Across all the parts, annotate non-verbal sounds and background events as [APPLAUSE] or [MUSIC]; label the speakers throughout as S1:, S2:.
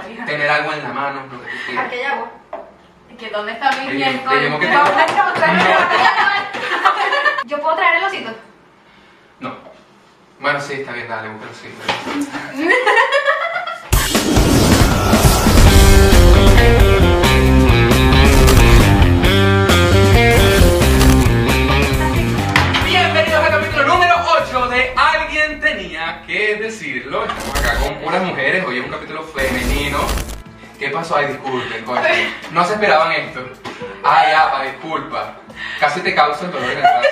S1: agua en la mano, lo que tú quieras.
S2: Aquí Ah, hay agua.
S3: ¿Que ¿Dónde está mi
S1: Te
S3: miércoles?
S2: [LAUGHS]
S1: llevo que te-
S3: Vamos a encontrar
S1: No.
S3: la botella.
S2: Yo puedo traer el osito.
S1: No. Bueno, sí, está bien, dale, búscalo, sí. Bienvenidos al capítulo número 8 de Alguien tenía que decirlo. Estamos acá con puras mujeres, hoy es un capítulo femenino. ¿Qué pasó? Ay, disculpen, coño. No se esperaban esto. Ay, apa, disculpa. Casi te causa el dolor en el brazo.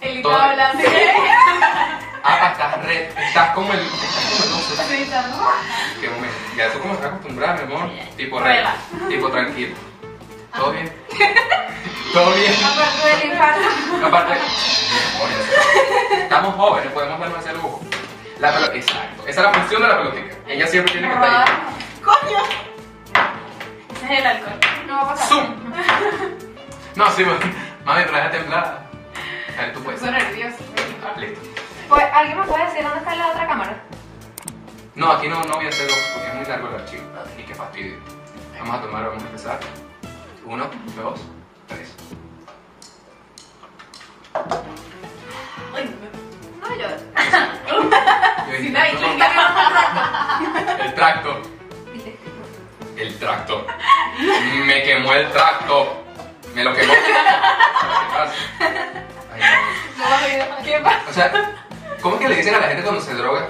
S3: El hito
S1: Todo.
S3: hablando.
S1: Apa, estás Ah, re... Estás como el... Estás como el oso.
S3: Gritando.
S1: Qué momento. Ya tú como estás acostumbrada, mi amor. Tipo
S3: Prueba.
S1: re- Tipo tranquilo. ¿Todo bien? [LAUGHS] ¿Todo bien?
S2: Aparte del infarto.
S1: Aparte, mi amor, estamos jóvenes, podemos darnos ese lujo. La pelo- Exacto. Esa es la función de la pelotica. Ella siempre tiene que estar ahí.
S2: Ah.
S3: Coño. Ese es el alcohol.
S2: No va a pasar.
S1: ¡Zoom! No, sí, mami. Mami, traje temblada. A ver, tú puedes. Ah,
S3: Soy nervioso.
S1: Listo.
S2: Pues, ¿alguien me puede decir dónde está la otra cámara?
S1: No, aquí no, no voy a hacer dos porque es muy largo el archivo. Y qué fastidio. Vamos a tomar, vamos a empezar. Uno, dos,
S3: [LAUGHS]
S1: tres.
S3: Ay,
S2: No, yo.
S1: Yo
S3: Si
S1: dije,
S3: no hay
S1: no,
S3: quien
S1: El tracto.
S2: Dile.
S1: El tracto. Me quemó el tracto. Me lo
S3: [LAUGHS]
S1: quemó. Ay, no.
S3: ¿Qué pasa?
S1: O sea, ¿cómo es que le dicen a la gente cuando se droga?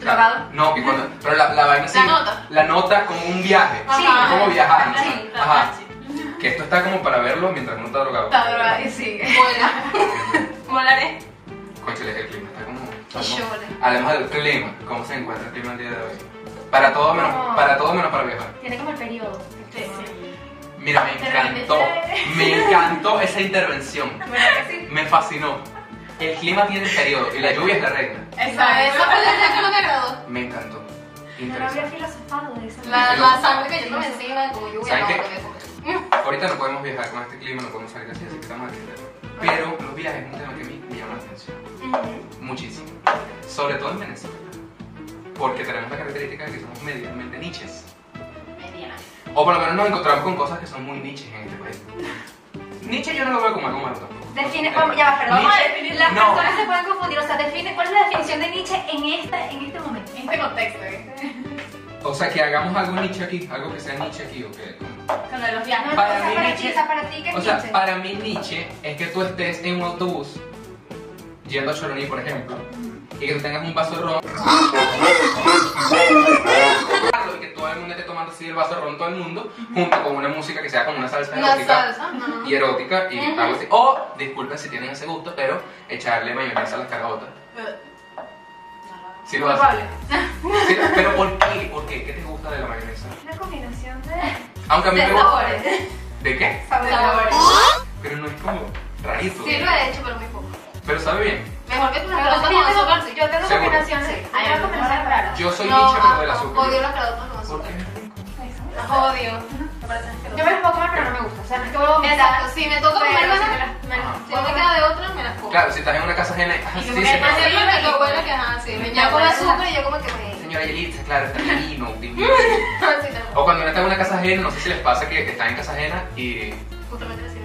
S2: Drogado.
S1: No, que cuando, pero la, la vaina sí.
S3: La nota.
S1: La nota como un viaje.
S2: Sí,
S3: Ajá.
S1: como viajar.
S2: Sí,
S1: Ajá. Que esto está como para verlo mientras uno está drogado.
S3: Está drogada y
S1: Conchale,
S3: sigue. [LAUGHS] Buena. Volaré.
S1: el clima está como.
S2: Chole.
S1: Además del clima, ¿cómo se encuentra el clima el día de hoy? Para todo menos,
S2: No.
S1: para todo menos para viajar.
S2: Tiene como el periodo.
S3: Sí,
S1: Mira, me
S2: Pero
S1: encantó.
S2: me-
S1: Me encantó esa intervención.
S2: ¿Verdad que sí?
S1: Me fascinó. El clima tiene periodo y la lluvia es la regla.
S3: Esa, esa fue la idea que me agradó.
S1: Me encantó.
S2: No lo había
S1: Interesante.
S2: filosofado de esa
S3: La,
S2: manera.
S3: la sangre cayéndome encima, como lluvia,
S1: ¿Saben
S3: no,
S1: qué?
S3: porque-
S1: Ahorita no podemos viajar con este clima, no podemos salir así, así que estamos aquí. Pero los viajes es un tema que a mí me llama la atención.
S2: Ujú.
S1: Muchísimo. Sobre todo en Venezuela. Porque tenemos la característica de que somos medianamente niches.
S3: Mediana.
S1: O por lo menos nos encontramos con cosas que son muy niches en este país. Nietzsche yo no lo veo como algo malo tampoco.
S2: Define, vamos, ya va, perdón.
S3: Nietzsche-
S2: Nietzsche- Las
S1: no.
S2: personas se pueden confundir, o sea, define cuál es la definición de Nietzsche en, esta, en este momento.
S3: En este contexto, ¿eh?
S1: O sea, que hagamos algo niche aquí, algo que sea niche aquí o que...
S3: Con lo de los
S2: No,
S3: viajes.
S2: no,
S1: Para
S2: o sea,
S1: mí
S2: para ti,
S1: Nietzsche-
S2: o sea, para ti, ¿qué es
S1: O sea,
S2: Nietzsche?
S1: para mí Nietzsche es que tú estés en un autobús yendo a Choroní, por ejemplo, y que tú tengas un vaso de ron. y que todo el mundo esté tomando así el vaso de ron, todo el mundo, junto con una música que sea como una salsa
S3: La
S1: erótica.
S3: salsa, no.
S1: Y erótica y
S3: Ujú.
S1: algo así. O, disculpen si tienen ese gusto, pero echarle mayonesa a las carabotas. Sí lo haces.
S2: Culpable.
S1: Sí, pero ¿por qué? ¿Por qué? ¿Qué te gusta de la mayonesa?
S2: Una combinación de
S1: Aunque a mí
S3: De
S1: me gusta.
S3: sabores.
S1: ¿De qué?
S2: ¿Ah? sabores.
S1: Pero no es como rarito.
S3: Sí lo he hecho, pero muy poco.
S1: Pero sabe bien.
S3: Mejor que tú las
S2: Pero
S3: carabotas
S2: sí,
S3: con
S2: yo
S3: azúcar.
S2: tengo- Yo tengo
S1: Seguro.
S2: combinaciones.
S3: Ay,
S2: Hay
S3: no.
S2: combinaciones raras.
S1: Yo soy
S3: No,
S1: niche, pero del
S3: ah,
S1: azúcar.
S3: Odio las carabotas con
S1: ¿Por
S3: azúcar.
S1: qué?
S3: Las odio. Me parecen
S2: Yo me
S3: asquerosas.
S2: las puedo comer, pero no me gusta. O sea, no es que voy a vomitar.
S3: Exacto, si me toca
S2: pero sí
S3: comerlas,
S2: me las- me las
S1: Ah.
S3: si no
S2: puedo
S3: me
S2: comer.
S3: queda de otra, me las como.
S1: Claro, si estás en una casa ajena, ah,
S3: Y
S1: sí,
S3: yo
S1: sí,
S3: me quedo
S1: señora.
S3: haciendo lo que huele que es así. Me llamo de azúcar y yo como que me.
S1: Señora Yelitza, claro, está ahí, no, te invito.
S3: [LAUGHS] Sí, no.
S1: O cuando uno está en una casa ajena, no sé si les pasa que están en casa ajena y,
S3: Justamente así.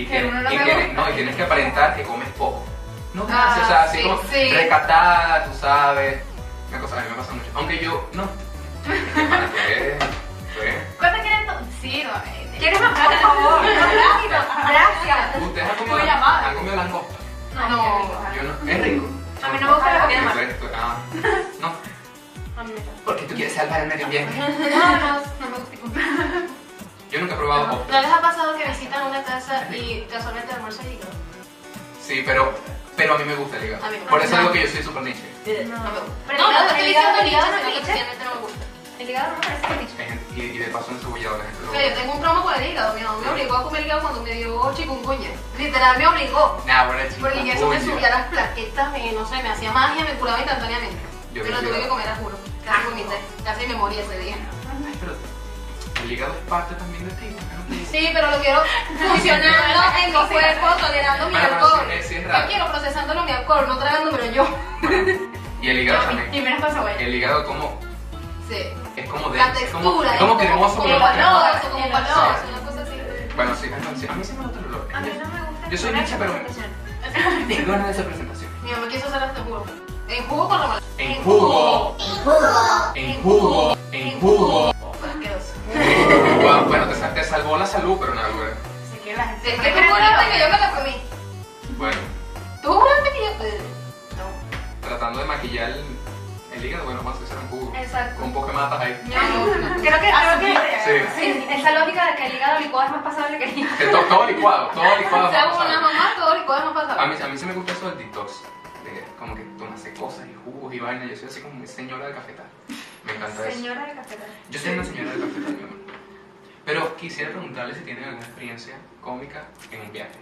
S1: y,
S3: Que
S1: tienes,
S3: uno no
S1: y
S3: me
S1: tienes-
S3: gusta.
S1: no, y tienes que aparentar que comes poco. No,
S3: Ah,
S1: gracias, o sea, así
S3: sí,
S1: como
S3: sí.
S1: recatada, tú sabes. Una cosa, a mí me pasa mucho. Aunque yo,
S3: [LAUGHS]
S1: no. Hermana, tú eres- tú eres-
S2: ¿Cuánto quieren tú?
S3: Sí, no.
S2: ¿Quieres más? Por
S3: [LAUGHS]
S2: favor. No, rápido. Gracias.
S1: Ustedes han comido,
S3: Muy amable.
S1: han comido langosta.
S3: No.
S1: Yo no, es rico.
S2: A mí no me gusta la comida mala.
S1: Entonces, tú- ah, no,
S3: A mí me encanta.
S1: porque tú quieres salvar el medio ambiente.
S3: No, no, no me gusta.
S1: Yo nunca he probado
S3: No, ¿No les ha pasado que visitan una casa y casualmente almuerzan y no?
S1: Sí, pero, pero a mí me gusta el hígado.
S3: A mí no.
S1: Por eso digo que yo soy súper niche.
S3: Eh, No me gusta.
S2: Pero
S3: No,
S2: el
S3: no te estoy diciendo
S2: hígado-
S3: ni
S2: el hígado
S3: nada,
S2: no
S3: sino
S2: es
S3: que sencillamente no me gusta.
S2: El hígado no me parece tan dicho.
S1: Hay gente- Y, y de paso encebollado la gente. lo-
S3: Pero yo tengo un trauma con el hígado. Mi mamá me obligó a comer hígado cuando me dio chikungunya. Literal, me obligó.
S1: Nah, bueno, chico.
S3: Porque eso me
S1: oye.
S3: subía las plaquetas, me, no sé, me hacía magia, me curaba instantáneamente.
S1: Yo
S3: Pero
S1: me
S3: tuve
S1: olvidaba.
S3: que comer, a juro. Casi vomité. Casi me morí ese día.
S1: Ay, pero el hígado es parte también de ti. ¿no?
S3: Sí, pero lo quiero [LAUGHS] funcionando en mi cuerpo, tolerando mi
S1: Pero, pero
S3: alcohol.
S1: sí, sí es raro.
S3: Yo quiero procesándolo mi alcohol, no tragándomelo yo.
S1: Y el hígado también.
S3: menos con cebolla.
S1: El hígado como...
S3: Sí, Sí.
S1: Es como
S3: La
S1: denso, es como,
S3: textura.
S1: es como
S3: es
S1: cremoso,
S3: Como
S1: pero no
S2: olor.
S3: paloso, como
S2: El
S3: paloso,
S1: olor.
S3: una cosa así.
S1: cremoso. Bueno, sí, me- sí, a mí sí me gusta el olor.
S2: A mí no me gusta.
S1: Yo soy
S2: ninguna
S1: bicha, pero-
S2: presentación.
S1: Tengo ganas de esa presentación.
S3: Mi mamá quiso hacer hasta jugo. En jugo con la
S1: En jugo. En jugo. En jugo.
S3: Fue asqueroso.
S1: Bueno, bueno, te, sa- te salvó la salud, pero nada, güey.
S2: Así que la gente.
S3: Es que tú juraste que yo me la comí.
S1: Bueno,
S3: Tú juraste que yo. No.
S1: tratando de maquillar el, el hígado, bueno, vamos a hacer un jugo.
S2: Exacto.
S1: Con un poco de matas ahí.
S3: No, no.
S2: Creo que, creo que
S1: Ah, Sí.
S2: sí, esa lógica de que el hígado licuado es más pasable que el hígado.
S1: Que to- todo licuado, todo licuado.
S3: O sea,
S1: vamos a
S3: como una
S1: ver.
S3: mamá, todo licuado es más
S1: A
S3: pasable.
S1: mí, a mí se me gusta eso del detox, de como que tú hace cosas y jugos y vainas. Yo soy así como mi señora del cafetal. Me encanta eso.
S2: Señora de cafetal.
S1: Yo soy una señora del cafetal, mi amor. Pero quisiera preguntarle si tienen alguna experiencia cómica en un viaje.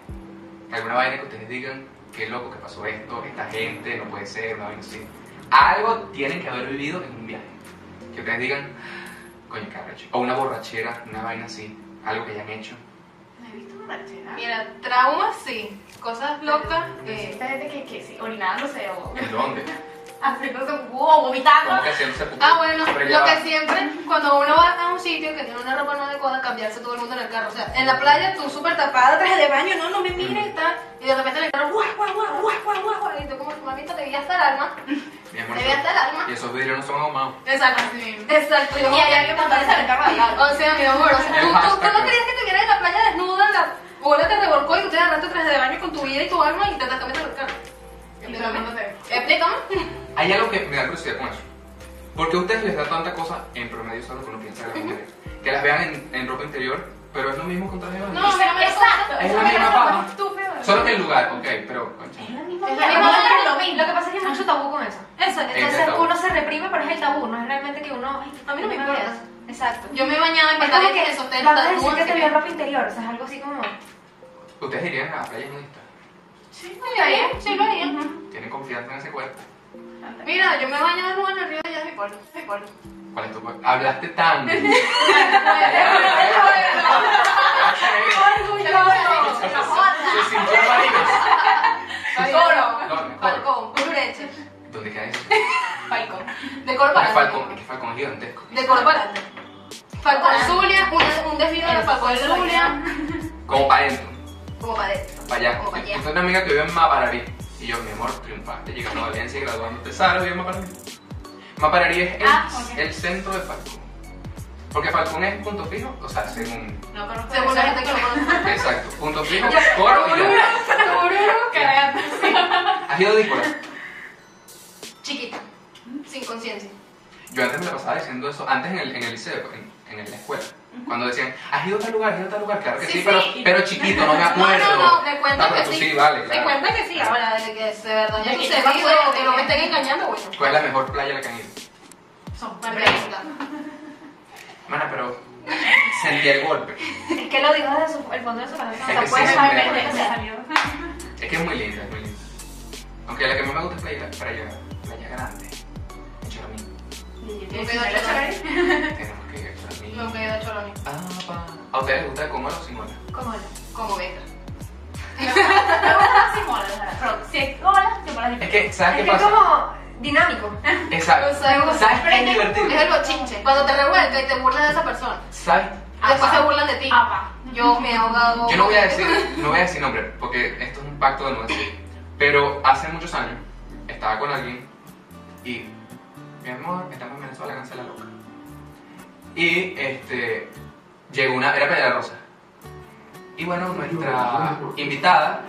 S1: Alguna vaina que ustedes digan, qué loco que pasó esto, esta gente, no puede ser, una vaina así. Algo tienen que haber vivido en un viaje. Que ustedes digan, coño, qué arrecho. O una borrachera, una vaina así, algo que hayan hecho.
S4: No he visto borrachera.
S3: Mira, traumas sí. Cosas locas.
S2: Pues
S3: eh,
S4: Esta gente que, que sí, orinándose
S1: [LAUGHS]
S4: o
S1: ¿En
S3: [LAUGHS]
S1: dónde?
S4: haciéndose wow, vomitando.
S1: ¿Cómo que haciéndose pupu?
S3: Ah, bueno,
S1: Pero ya
S3: lo
S1: va.
S3: que siempre, cuando uno va a un sitio que tiene una ropa no adecuada, cambiarse todo el mundo en el carro. O sea, en la playa tú súper tapada, traje de baño, no, no me mires y tal. Y de repente en el carro, guau, guau, guau, guau, guau, guau, guau. Y tú como, mamita, te vi hasta el [LAUGHS] alma.
S1: Mi
S3: Te
S1: amor,
S3: vi hasta el alma.
S1: Y esos vidrios no son ahumados.
S3: Exacto. Exacto.
S4: Y hay alguien montándose en el carro de al lado.
S3: O sea, mi amor, o sea,
S1: El
S3: tú, tú,
S1: hashtag.
S3: tú no querías que te vieras en la playa desnuda, la bola te revolcó y tú te agarraste traje de baño con tu vida y tu alma y te trataste de meter en el carro.
S4: Y todo el mundo te ve.
S3: Explícame.
S1: Hay algo que me da curiosidad con eso. ¿Por qué a ustedes les da tanta cosa en promedio es algo que uno piensa de las mujeres? Que las vean en, en ropa interior, pero es lo mismo con traje de baño.
S3: No, pero me
S4: exacto,
S1: Es
S4: eso
S1: la
S4: me parece
S1: misma paja.
S4: más estúpido.
S1: Solo que el lugar, ok, pero
S4: Es
S1: concha.
S4: la misma
S3: Es
S2: Lo
S3: la
S4: paja. Vamos a
S2: que
S3: misma
S2: pasa
S4: hacer
S2: es que-
S4: lo mismo.
S2: Lo que pasa es que hay mucho tabú con eso.
S3: Exacto.
S1: Ese
S2: Entonces
S1: tabú.
S2: uno se reprime, pero es el tabú, no es realmente que uno. ay,
S3: A mí no me
S2: veas.
S3: importa.
S2: Exacto.
S3: Yo me bañaba
S2: Es
S3: en
S2: como
S3: pantalones
S2: que
S3: de sostén,
S2: vamos a decir que
S3: tatuajes,
S2: te
S3: que-
S2: vio ropa interior, o sea, es algo así como.
S1: Ustedes "Ah, irían a la playa nudista.
S3: Sí, lo haría, sí lo haría.
S1: Tienen confianza en ese cuerpo.
S3: Mira, yo me baño de nuevo en el río allá de mi pueblo. Mi pueblo.
S1: ¿Cuál es tu cuerpo? Hablaste tan. Ah,
S3: Orgulloso.
S1: Se sintió amarillo.
S3: Decoro. Falcón. Ureche.
S1: ¿Dónde queda eso?
S4: Falcón.
S3: Decoro
S1: Es
S3: para
S1: Falcón, es que Falcón es gigantesco.
S3: Decoro para Falcón Zulia. Un, un desvío de la Falcón Zulia.
S1: Como para adentro,
S3: Como para adentro.
S1: para allá.
S3: Como para allá.
S1: Yo tengo una amiga que vive en Mapararí. Y yo, mi amor, triunfaste llegando a Valencia y graduándote. Sara vive en Mapararí. Mapararí es el,
S4: Ah, ok.
S1: el centro de Falcón. Porque Falcón es punto fijo, o sea, según.
S4: No conozco.
S3: Según la gente que lo conoce.
S1: Exacto, punto fijo, coro y ya.
S4: Seguro que vean.
S1: ¿Has ido de Ícora?
S3: Chiquita. Sin conciencia.
S1: Yo antes me la pasaba diciendo eso, antes en el, en el liceo, en, en la escuela. Cuando decían, has ido a tal lugar, has ido a tal lugar, claro que sí,
S4: Sí,
S1: pero,
S4: sí.
S1: pero chiquito, no me acuerdo.
S3: No, no, no, me cuentan
S1: Ah,
S3: que
S1: pero tú
S3: sí.
S1: sí, vale,
S3: Me
S1: claro.
S3: cuentan que sí. Ahora, de que de verdad ya
S4: De que yo
S3: sucedido,
S4: me acuerdo
S3: que no me estén engañando, bueno.
S1: ¿Cuál es la mejor playa a la que han ido?
S4: Son
S3: Me
S4: perfectos.
S3: preguntan.
S1: Mana, pero sentí el golpe.
S2: Es que lo dijo desde su- el fondo de su corazón.
S1: Es
S2: O
S1: que
S2: sea, puede
S1: sí,
S2: saber
S1: sí,
S2: que
S1: sí.
S2: se salió.
S1: Es que es muy linda, es muy linda. Aunque la que más me gusta es playa, playa, playa grande. En Choroní. Tenemos que ir a Choroní.
S3: Nunca he ido a Choroní.
S1: Ah, pa. ¿A ustedes les gusta con o sin ola?
S4: Como hola.
S3: Como Beca.
S4: Sin hola, o sea, pronto. Si es hola, te pones
S1: Es que, ¿sabes
S2: Es
S1: qué
S2: que es
S1: pasa?
S2: como dinámico.
S1: Exacto.
S3: O sea, como-
S1: ¿Sabes qué es
S3: Es
S1: divertido?
S3: el bochinche. Cuando te revuelcas y te burlas de esa persona.
S1: ¿Sabes?
S3: Después
S4: Apa.
S3: se burlan de ti.
S4: Apa.
S3: Yo me he ahogado.
S1: Yo no voy a decir, no voy a decir nombre, porque esto es un pacto de no decir. Pero hace muchos años estaba con alguien y mi amor, estamos en Venezuela, cancela loca. Y este llegó una, era Playa Rosa. Y bueno, nuestra invitada,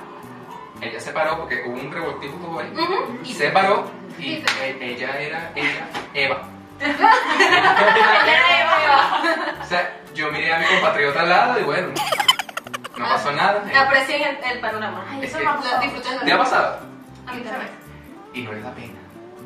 S1: ella se paró porque hubo un revoltijo como ahí.
S3: Ujú.
S1: Y se paró y
S3: Sí,
S1: e- ella era ella, Eva. O sea, yo miré a mi compatriota al lado y bueno, no pasó nada.
S3: Aprecien el, el panorama.
S4: Ay,
S1: Es
S4: eso
S1: que-
S4: me ha
S3: Lo
S4: pasado.
S3: disfrutan.
S1: ¿Te ha pasado?
S3: A mí también.
S1: y no les da pena.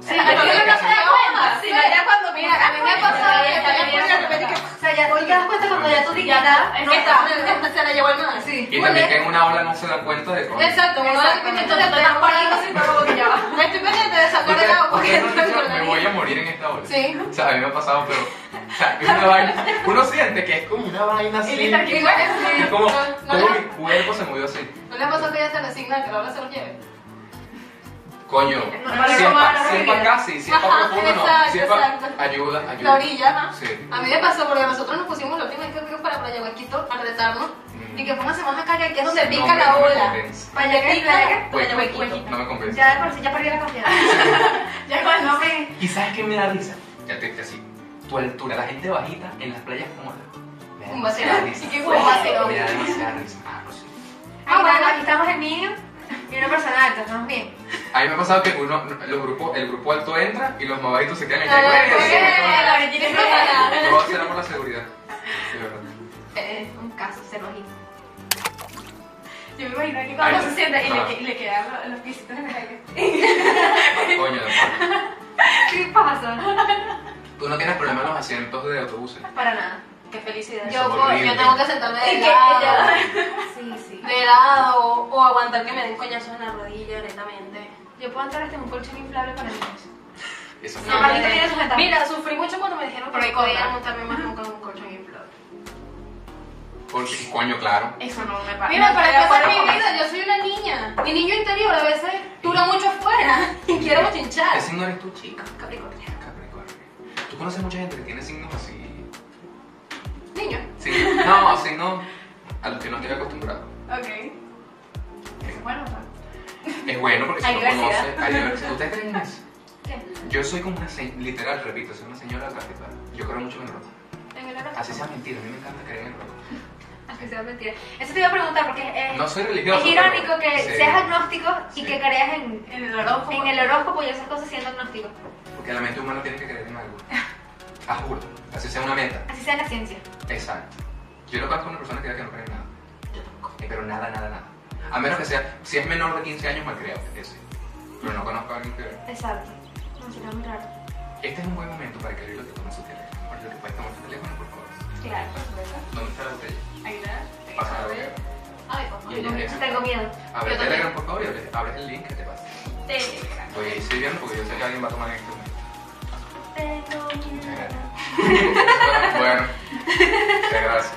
S4: Sí,
S3: A mí
S4: pero
S3: no
S4: yo
S3: me
S4: no
S3: das
S4: se da
S3: cuenta.
S4: cuenta.
S3: Sí, ya cuando mira, a mí me ha pasado que
S4: Ya, ya, ya.
S3: también de repente que
S2: O sea, ya tú te das cuenta cuando ya tu dignidad
S4: Ya,
S2: no
S3: que
S2: está.
S3: está, se la llevó el mar. Sí.
S1: Y también que en una ola no se dan cuenta de cómo.
S3: Exacto, uno de repente
S4: Exactamente.
S3: entonces te dan parando sin
S4: Pero como que ya va.
S3: Me estoy pendiente de pues. sacar
S1: Ustedes-
S3: el agua porque
S1: ustedes no
S3: no
S1: han dicho,
S3: me
S1: me voy a morir en esta ola.
S3: Sí.
S1: O sea, a mí me ha pasado, pero. O sea, es una vaina. Uno siente que es como una vaina así.
S4: Y dice
S1: Es
S4: que-
S1: como,
S3: No, no,
S1: como
S3: no.
S1: mi cuerpo se movió así.
S3: ¿No le pasó que ya se resigna que la hora se los lleve?
S1: Co- Coño,
S3: No,
S4: para
S1: si es
S4: tomar
S1: pa-
S4: la
S1: si es pa'
S4: bebida.
S1: casi, si es pa'
S3: Ajá,
S1: profundo, no.
S3: exacto,
S1: Si es pa-
S3: exacto.
S1: Ayuda, ayuda.
S3: La orilla, ajá.
S1: Sí.
S3: A mí me pasó porque nosotros nos pusimos la última vez que fuimos para Playa Huequito a retarnos
S1: Mm.
S3: y que pónganse más acá que aquí es donde
S1: No,
S3: pica
S1: hombre,
S3: la
S1: no me
S3: ola.
S1: convence.
S3: Playa
S4: ¿Qué?
S3: Huequito.
S1: Huequito.
S3: Playa Huequito.
S1: No me convence.
S2: Ya de por sí ya perdí la confianza.
S4: [LAUGHS] Ya cuando me.
S1: ¿Y sabes qué me da risa? Ya te así. Tu altura, la gente bajita en las playas como la.
S3: Un vacilón. Y que un vacilón.
S1: Me da demasiada risa. Ah, no sé.
S2: Ah, bueno, aquí estamos en medio y una persona alta, estamos bien.
S1: A mí me ha pasado que uno, los grupos, el grupo alto entra y los más bajitos se quedan en
S3: No, no,
S1: el
S3: no,
S1: ¿Cómo
S3: la que tiene preparada.
S1: será por la seguridad? Sí, verdad.
S3: Es un caso, se lo digo.
S4: Yo me imagino que cuando
S1: Ay,
S4: se sienta y
S1: ah.
S4: le, y le quedan lo- los pisitos en el aire.
S1: Coño, de-
S2: ¿Qué pasa?
S1: tú no tienes problema en los asientos de autobuses.
S2: Para nada.
S4: Qué felicidad.
S1: Eso
S3: Yo,
S1: es
S3: voy-
S1: horrible.
S3: yo tengo que sentarme de
S4: Y que-
S3: lado,
S2: Sí, sí.
S3: de lado o, o aguantar que me den coñazos en la rodilla, netamente.
S2: Yo puedo entrar hasta en un colchón inflable para niños.
S1: Eso
S2: No,
S1: es
S2: Aparte, tú tienes sujetado.
S3: Mira, sufrí mucho cuando me dijeron que
S4: Pero hay
S3: no podía
S4: contra.
S3: montarme más nunca en un colchón inflable.
S1: Porque, coño, claro.
S4: Eso no me parece.
S3: Mira, para
S4: Estoy de
S3: empezar mi
S4: acuerdo con-
S3: vida, yo soy una niña. Mi niño interior a veces dura mucho afuera [LAUGHS] y quiero bochinchar.
S1: Ese no eres tú, chica.
S3: Capricornio.
S1: Capricornio. Tú conoces mucha gente que tiene signos así.
S3: Niño.
S1: Sí, no, signos a los que no estoy acostumbrado.
S4: Ok. Eso es bueno, ¿no?
S1: Es bueno porque si
S4: Hay
S1: no
S4: diversidad.
S1: conoces, hay diversidad. ¿Ustedes creen en eso?
S3: ¿Qué?
S1: Yo soy como una señora, literal, repito, soy una señora capital. Yo creo mucho en el rock.
S3: En el
S1: Así sea mentira, a mí me encanta creer en el rock.
S2: Así sea mentira. Eso te iba a preguntar porque eh,
S1: No soy religioso.
S2: es irónico
S1: pero-
S2: que
S1: sí,
S2: seas agnóstico y
S1: Sí.
S2: que creas en,
S4: En el horóscopo.
S2: en el horóscopo y esas cosas siendo agnóstico.
S1: Porque la mente humana tiene que creer en
S2: [LAUGHS]
S1: algo. A juro. Así sea una meta.
S2: Así sea en la ciencia.
S1: Exacto. Yo no conozco a una persona que diga que no cree en nada. Eh, Pero nada, nada, nada. A menos que sea, si es menor de 15 años, mal creo. Ese. Pero no conozco a alguien que.
S2: Exacto. No, será muy raro.
S1: Este es un buen momento para que Lilo te tome su teléfono. Ahorita te puedes tomar tu teléfono, por favor.
S2: Claro.
S1: ¿Dónde está la botella?
S4: Ahí está.
S1: Pasa la botella.
S3: Ay, por
S1: Y ella
S3: favor.
S1: empieza.
S2: pues, Tengo miedo.
S1: Abre
S3: Yo también.
S1: Telegram, por favor, y abre- abres el link que te pasa.
S4: Telegram.
S1: Voy a ir sirviendo porque yo sé que alguien va a tomar en este momento.
S2: Tengo miedo.
S1: bueno, muchas gracias.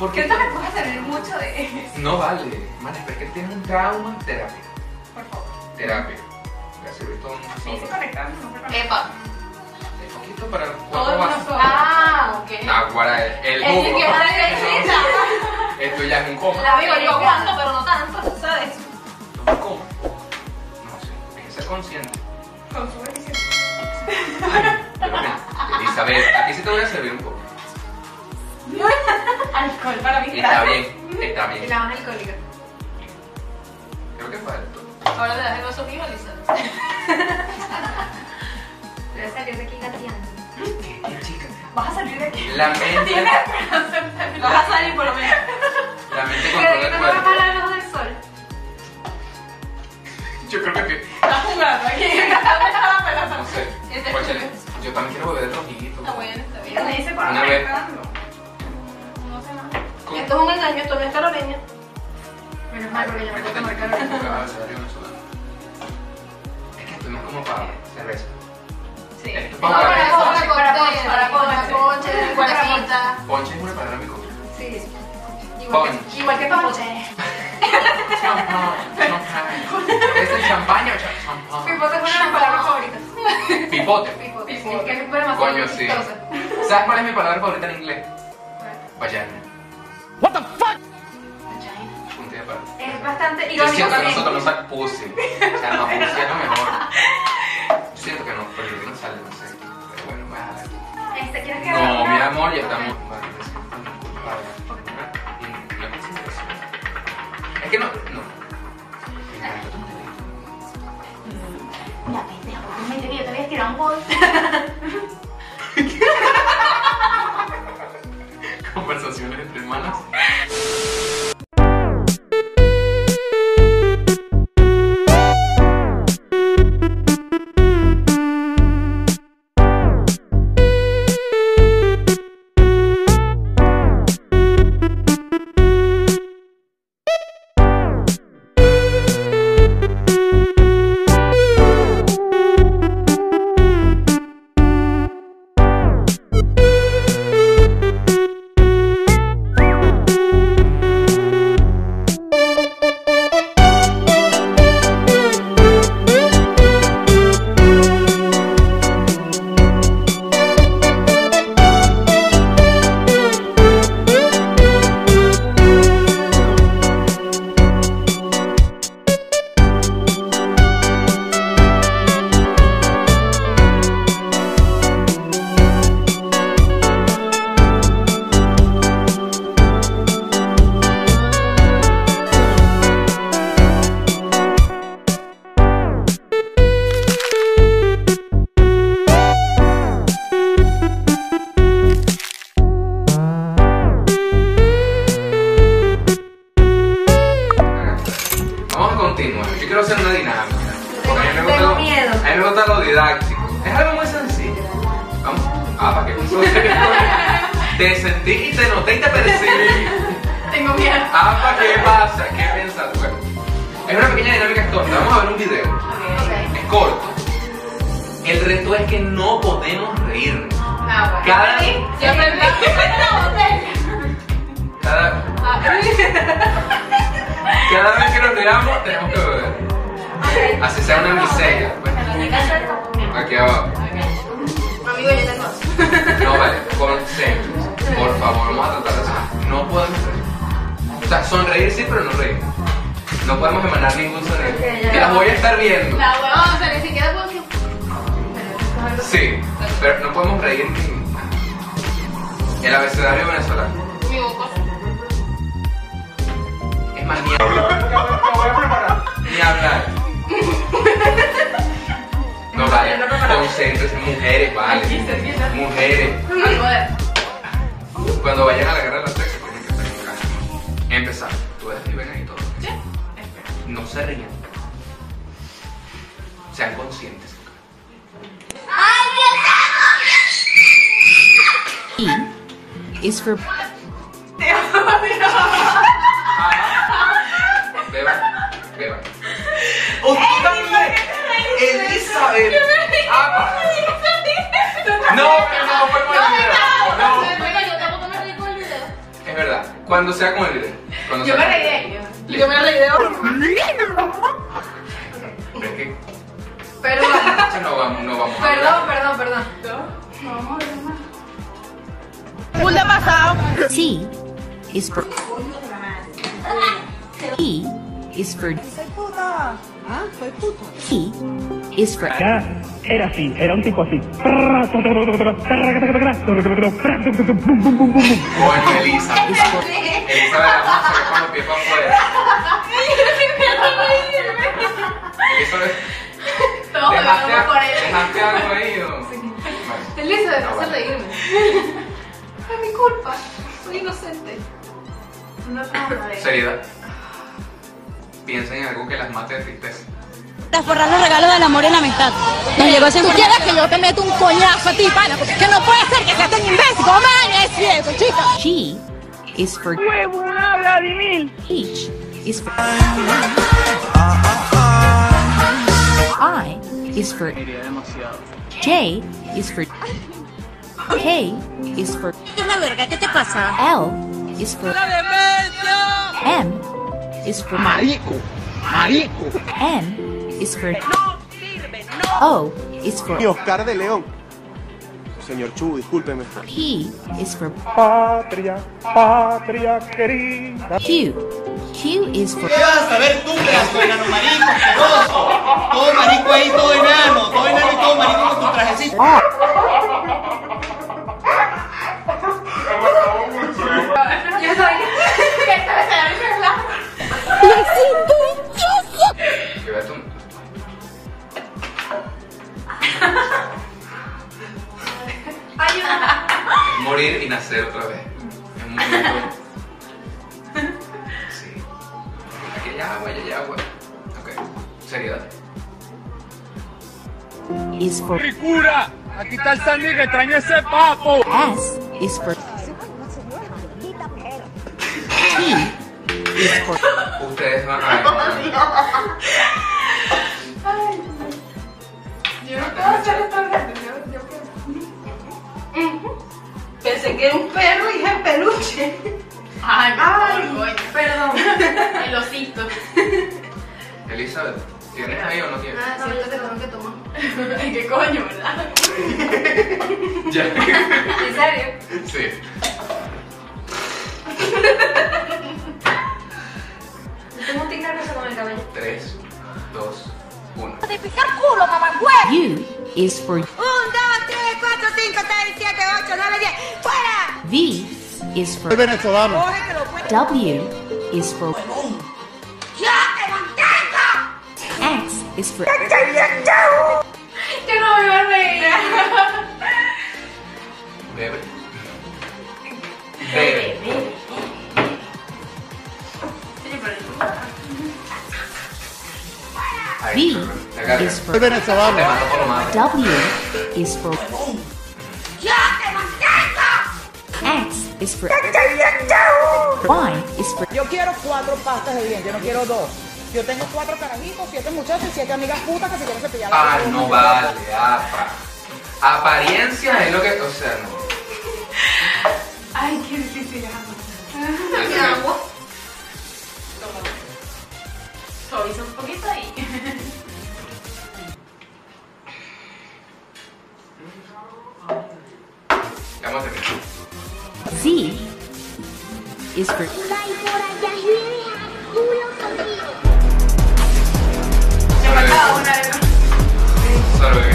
S1: ¿Por qué?
S4: Siento que puedes tener mucho de [LAUGHS] eso.
S1: No vale, man, es que tienes un trauma, terapia.
S4: Por favor.
S1: Terapia. Voy a servir todo un
S4: Me hice
S1: solo.
S4: conectar, no me conecto.
S3: Epa.
S1: Un poquito para el
S4: Todo
S1: cuatro
S4: en
S1: vasos.
S4: uno solo.
S3: Ah, ok.
S1: Aguara, el
S3: Es
S1: jugo.
S3: que
S1: [LAUGHS]
S3: ahora necesita.
S1: Esto ya es un coma.
S3: La digo, yo aguanto, pero no tanto, ¿sabes?
S1: ¿Un coma? No sé, hay que ser consciente.
S4: Con su bendición.
S1: Pero bueno, Elizabeth, aquí sí te voy a servir un poco.
S4: Alcohol para mi
S1: Está bien, está
S2: Y
S1: bien.
S2: la más alcohólica.
S1: Creo que falta.
S3: Ahora le das el vaso mío,
S2: [LAUGHS]
S3: Lisa.
S2: Voy a salir de aquí gateando.
S1: ¿Qué, qué chica?
S4: Vas a salir de aquí.
S1: La mente,
S3: Vas a salir por lo menos.
S1: la mente
S2: Pero
S1: controla
S2: que
S1: el
S2: no me va a
S1: cuerpo.
S2: parar los del sol.
S1: Yo creo que,
S4: Estás jugando
S2: [LAUGHS]
S4: aquí. Estás jugando
S1: no sé.
S3: Este-
S1: Cónchale, yo también quiero beber rojito.
S3: Está bueno, está bien.
S4: Me dice para
S1: Una vez.
S4: conectarlo. No sé más.
S1: Con-
S3: Esto es un engaño, esto no es Carolina.
S2: Menos mal porque yo no puedo tomar calor.
S1: Ah, se abrió una sola. Es que estuvimos como para cerveza.
S4: Sí.
S1: Esto es
S3: No,
S1: para
S3: para
S1: beber.
S3: concha, para concha, para
S4: para
S3: concha,
S4: concha.
S3: concha, conchita.
S1: Ponche es una palabra muy común.
S2: Sí.
S3: Igual que- Igual que concha.
S1: Champán, champán. ¿Es el champaña o cha- champán?
S2: Pipote es una de mis palabras favoritas.
S1: Pipote.
S2: Pipote. Es
S4: Pipote.
S2: que es demasiado
S1: Coño, sí.
S2: chistosa.
S1: ¿Sabes cuál es mi palabra favorita en inglés? Vagina.
S3: Vagina.
S1: Punto de aparte.
S2: Es bastante
S1: Yo
S2: irónico
S1: siento que
S2: porque
S1: nosotros nos sale pussy. O sea, nos pussy es lo mejor. Yo siento que no, pero no sale, no sé. Pero bueno, voy a dejar.
S2: este, ¿quieres que haga
S1: No,
S2: una?
S1: mi amor, ya
S2: Ok.
S1: estamos. Vale, me siento muy culpable. Mm, la consideración. Es que no, no. Me encanta tu teléfono.
S2: Ya, pendejo, porque me enteré, yo te voy a tirar un gol.
S1: Conversaciones entre hermanas. yo quiero hacer una dinámica. Porque a mí me gusta
S2: Tengo
S1: lo-
S2: miedo.
S1: A mí me gusta lo didáctico. Es algo muy sencillo. Vamos. Ah, para que tú
S2: [LAUGHS]
S1: Te sentí y te noté y te percibí.
S3: Tengo miedo.
S1: Ah, ¿para qué pasa? ¿Qué piensas? Bueno, es una pequeña dinámica corta. Vamos a ver un video.
S3: Ok.
S1: Es corto. El reto es que no podemos reírnos.
S3: Nah, bueno.
S1: Cada-
S3: pues. Yo [LAUGHS] aprendí.
S1: Cada, cada vez que nos reamos tenemos que beber. Así sea una miseria. Bueno, aquí abajo.
S3: Amigo, yo tengo.
S1: No, vale, consejos. Por favor, vamos a tratar de eso. No podemos reír. O sea, sonreír sí, pero no reír. No podemos emanar ningún sonido.
S2: Ok, ya.
S1: Que las voy a estar viendo.
S3: La huevada, o sea, ni siquiera puedo decir.
S1: Sí, pero no podemos reír ni... El abecedario venezolano.
S3: Mi boca.
S1: Es más, ni hablar. Ni [LAUGHS] hablar. No, vale, concéntrense, mujeres, vale. Mujeres.
S3: Algo de.
S4: [LAUGHS]
S1: Cuando vayan a la guerra de las sexos, tienen que estar en casa. Empezar. Tú escriben ahí todo. No se rían. Sean conscientes.
S5: E is for
S1: Beban. Beban. ¡Usted también! ¡Elizabeth! ¡Apa! No, pero no, fue con el
S3: No,
S1: video.
S3: venga, yo tampoco me reí con el video.
S1: No, es verdad. Cuando sea con el video. Cuando sea con el video.
S3: Yo me reí de otro.
S1: Pero es que
S3: Perdón,
S1: ya no vamos, no vamos. a
S3: perdón,
S1: hablar.
S3: perdón, perdón.
S5: T is for E is for T E is for
S6: Acá era así, era un tipo así.
S1: Coño,
S3: Este
S1: Elizabeth.
S5: is for
S1: Elizabeth, la vamos a sacar con los pies para afuera. Eso es.
S3: [LAUGHS] No, me
S1: dejaste,
S3: vamos por él.
S1: dejaste algo ahí. ¿o? Ah,
S3: Elizabeth, no hace reírme. Es mi culpa. Soy inocente.
S1: Bueno, seriedad. Piensa en algo que las mate de tristeza.
S7: Borrar los regalos del amor y la amistad. Nos llegó esa ¿Tú quieres que yo te meta un coñazo a ti, pana? Porque es que no puede ser que seas tan imbécil. ¿Cómo es ciego, chica?
S5: G is for H is for I is for J is for K is for
S7: Es la verga, ¿qué te pasa?
S5: L is for M is for marico, marico. N is for O is for
S8: Y Oscar de León. Señor Chu, discúlpeme.
S5: P is for
S6: Patria, patria querida.
S5: Q. Q is for
S9: ¿Qué vas a ver tú, pedazo de enano marico, asqueroso? Todo marico ahí, todo enano, todo enano y todo marico con tu trajecito.
S3: Yo soy. que esta vez se me relaja.
S1: Llévate un.
S3: Ayuda.
S1: Morir y nacer otra vez. Es muy bueno. Sí. Aquí hay agua, aquí hay agua. Ok. Seriedad.
S5: is for
S6: ¡Ricura! Aquí está el Sandy que extraña ese papo.
S5: S is for T is for
S1: Ustedes van a.
S4: Yo no puedo hacer esto yo, yo puedo.
S3: Pensé que era un perro y es peluche. Ay, Ay perdón. El osito.
S1: Elizabeth, ¿tienes ahí o no tienes?
S3: Ah, siento que tengo que
S2: [LAUGHS]
S3: tomar.
S4: ¿Qué coño, verdad?
S1: Ya.
S3: ¿En serio?
S1: Sí.
S2: Tengo un tic nervioso con el cabello.
S1: 3, 2, 1.
S7: De picar culo, mamagüey.
S5: U is for
S7: Un, dos, tres, cuatro, cinco, seis, siete, ocho, nueve, diez. ¡Fuera!
S5: V is for
S8: venezolano.
S7: Coge que lo puedes.
S5: W is for
S7: ¡Ya te mantengo!
S5: X is for
S3: Yo no me voy a reír.
S1: Bebe. Bebe. Te
S5: B
S1: agarra.
S5: is for
S1: Te mando por lo malo.
S5: W is for X is for Y is for
S7: Yo quiero cuatro pastas de dientes, yo no quiero dos. Yo tengo cuatro carajitos, siete muchachos y siete amigas putas que se quieren cepillar.
S1: Ah, no vale, apa. Apariencia es lo que. O sea, no.
S4: Ay, qué difícil es amor. Suaviza un poquito y...
S1: Ya Vamos a terminar.
S5: Z is for
S4: Yo me acabo una de las...
S1: Solo bebé.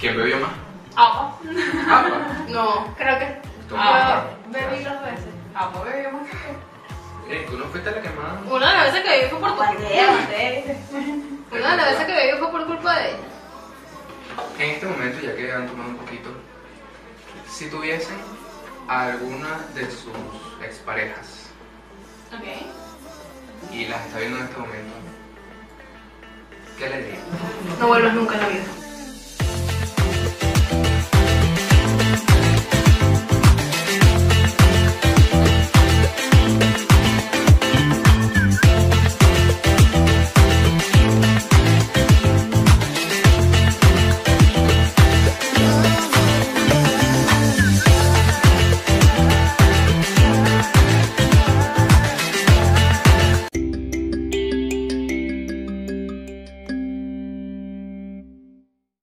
S1: ¿Quién bebió más?
S4: Agua.
S1: Apa.
S3: No.
S4: Creo que...
S1: Toma.
S4: Yo bebí dos veces. Agua bebió más que tú.
S1: Eh, tú no fuiste la que más.
S3: Una de las veces que bebí fue por tu culpa.
S4: Ustedes.
S3: Una de las veces que bebí fue por culpa de ella.
S1: En este momento, ya que han tomado un poquito, si tuviesen a alguna de sus exparejas
S4: Ok.
S1: y las está viendo en este momento, ¿qué le dirían?
S3: No vuelvas nunca en la vida.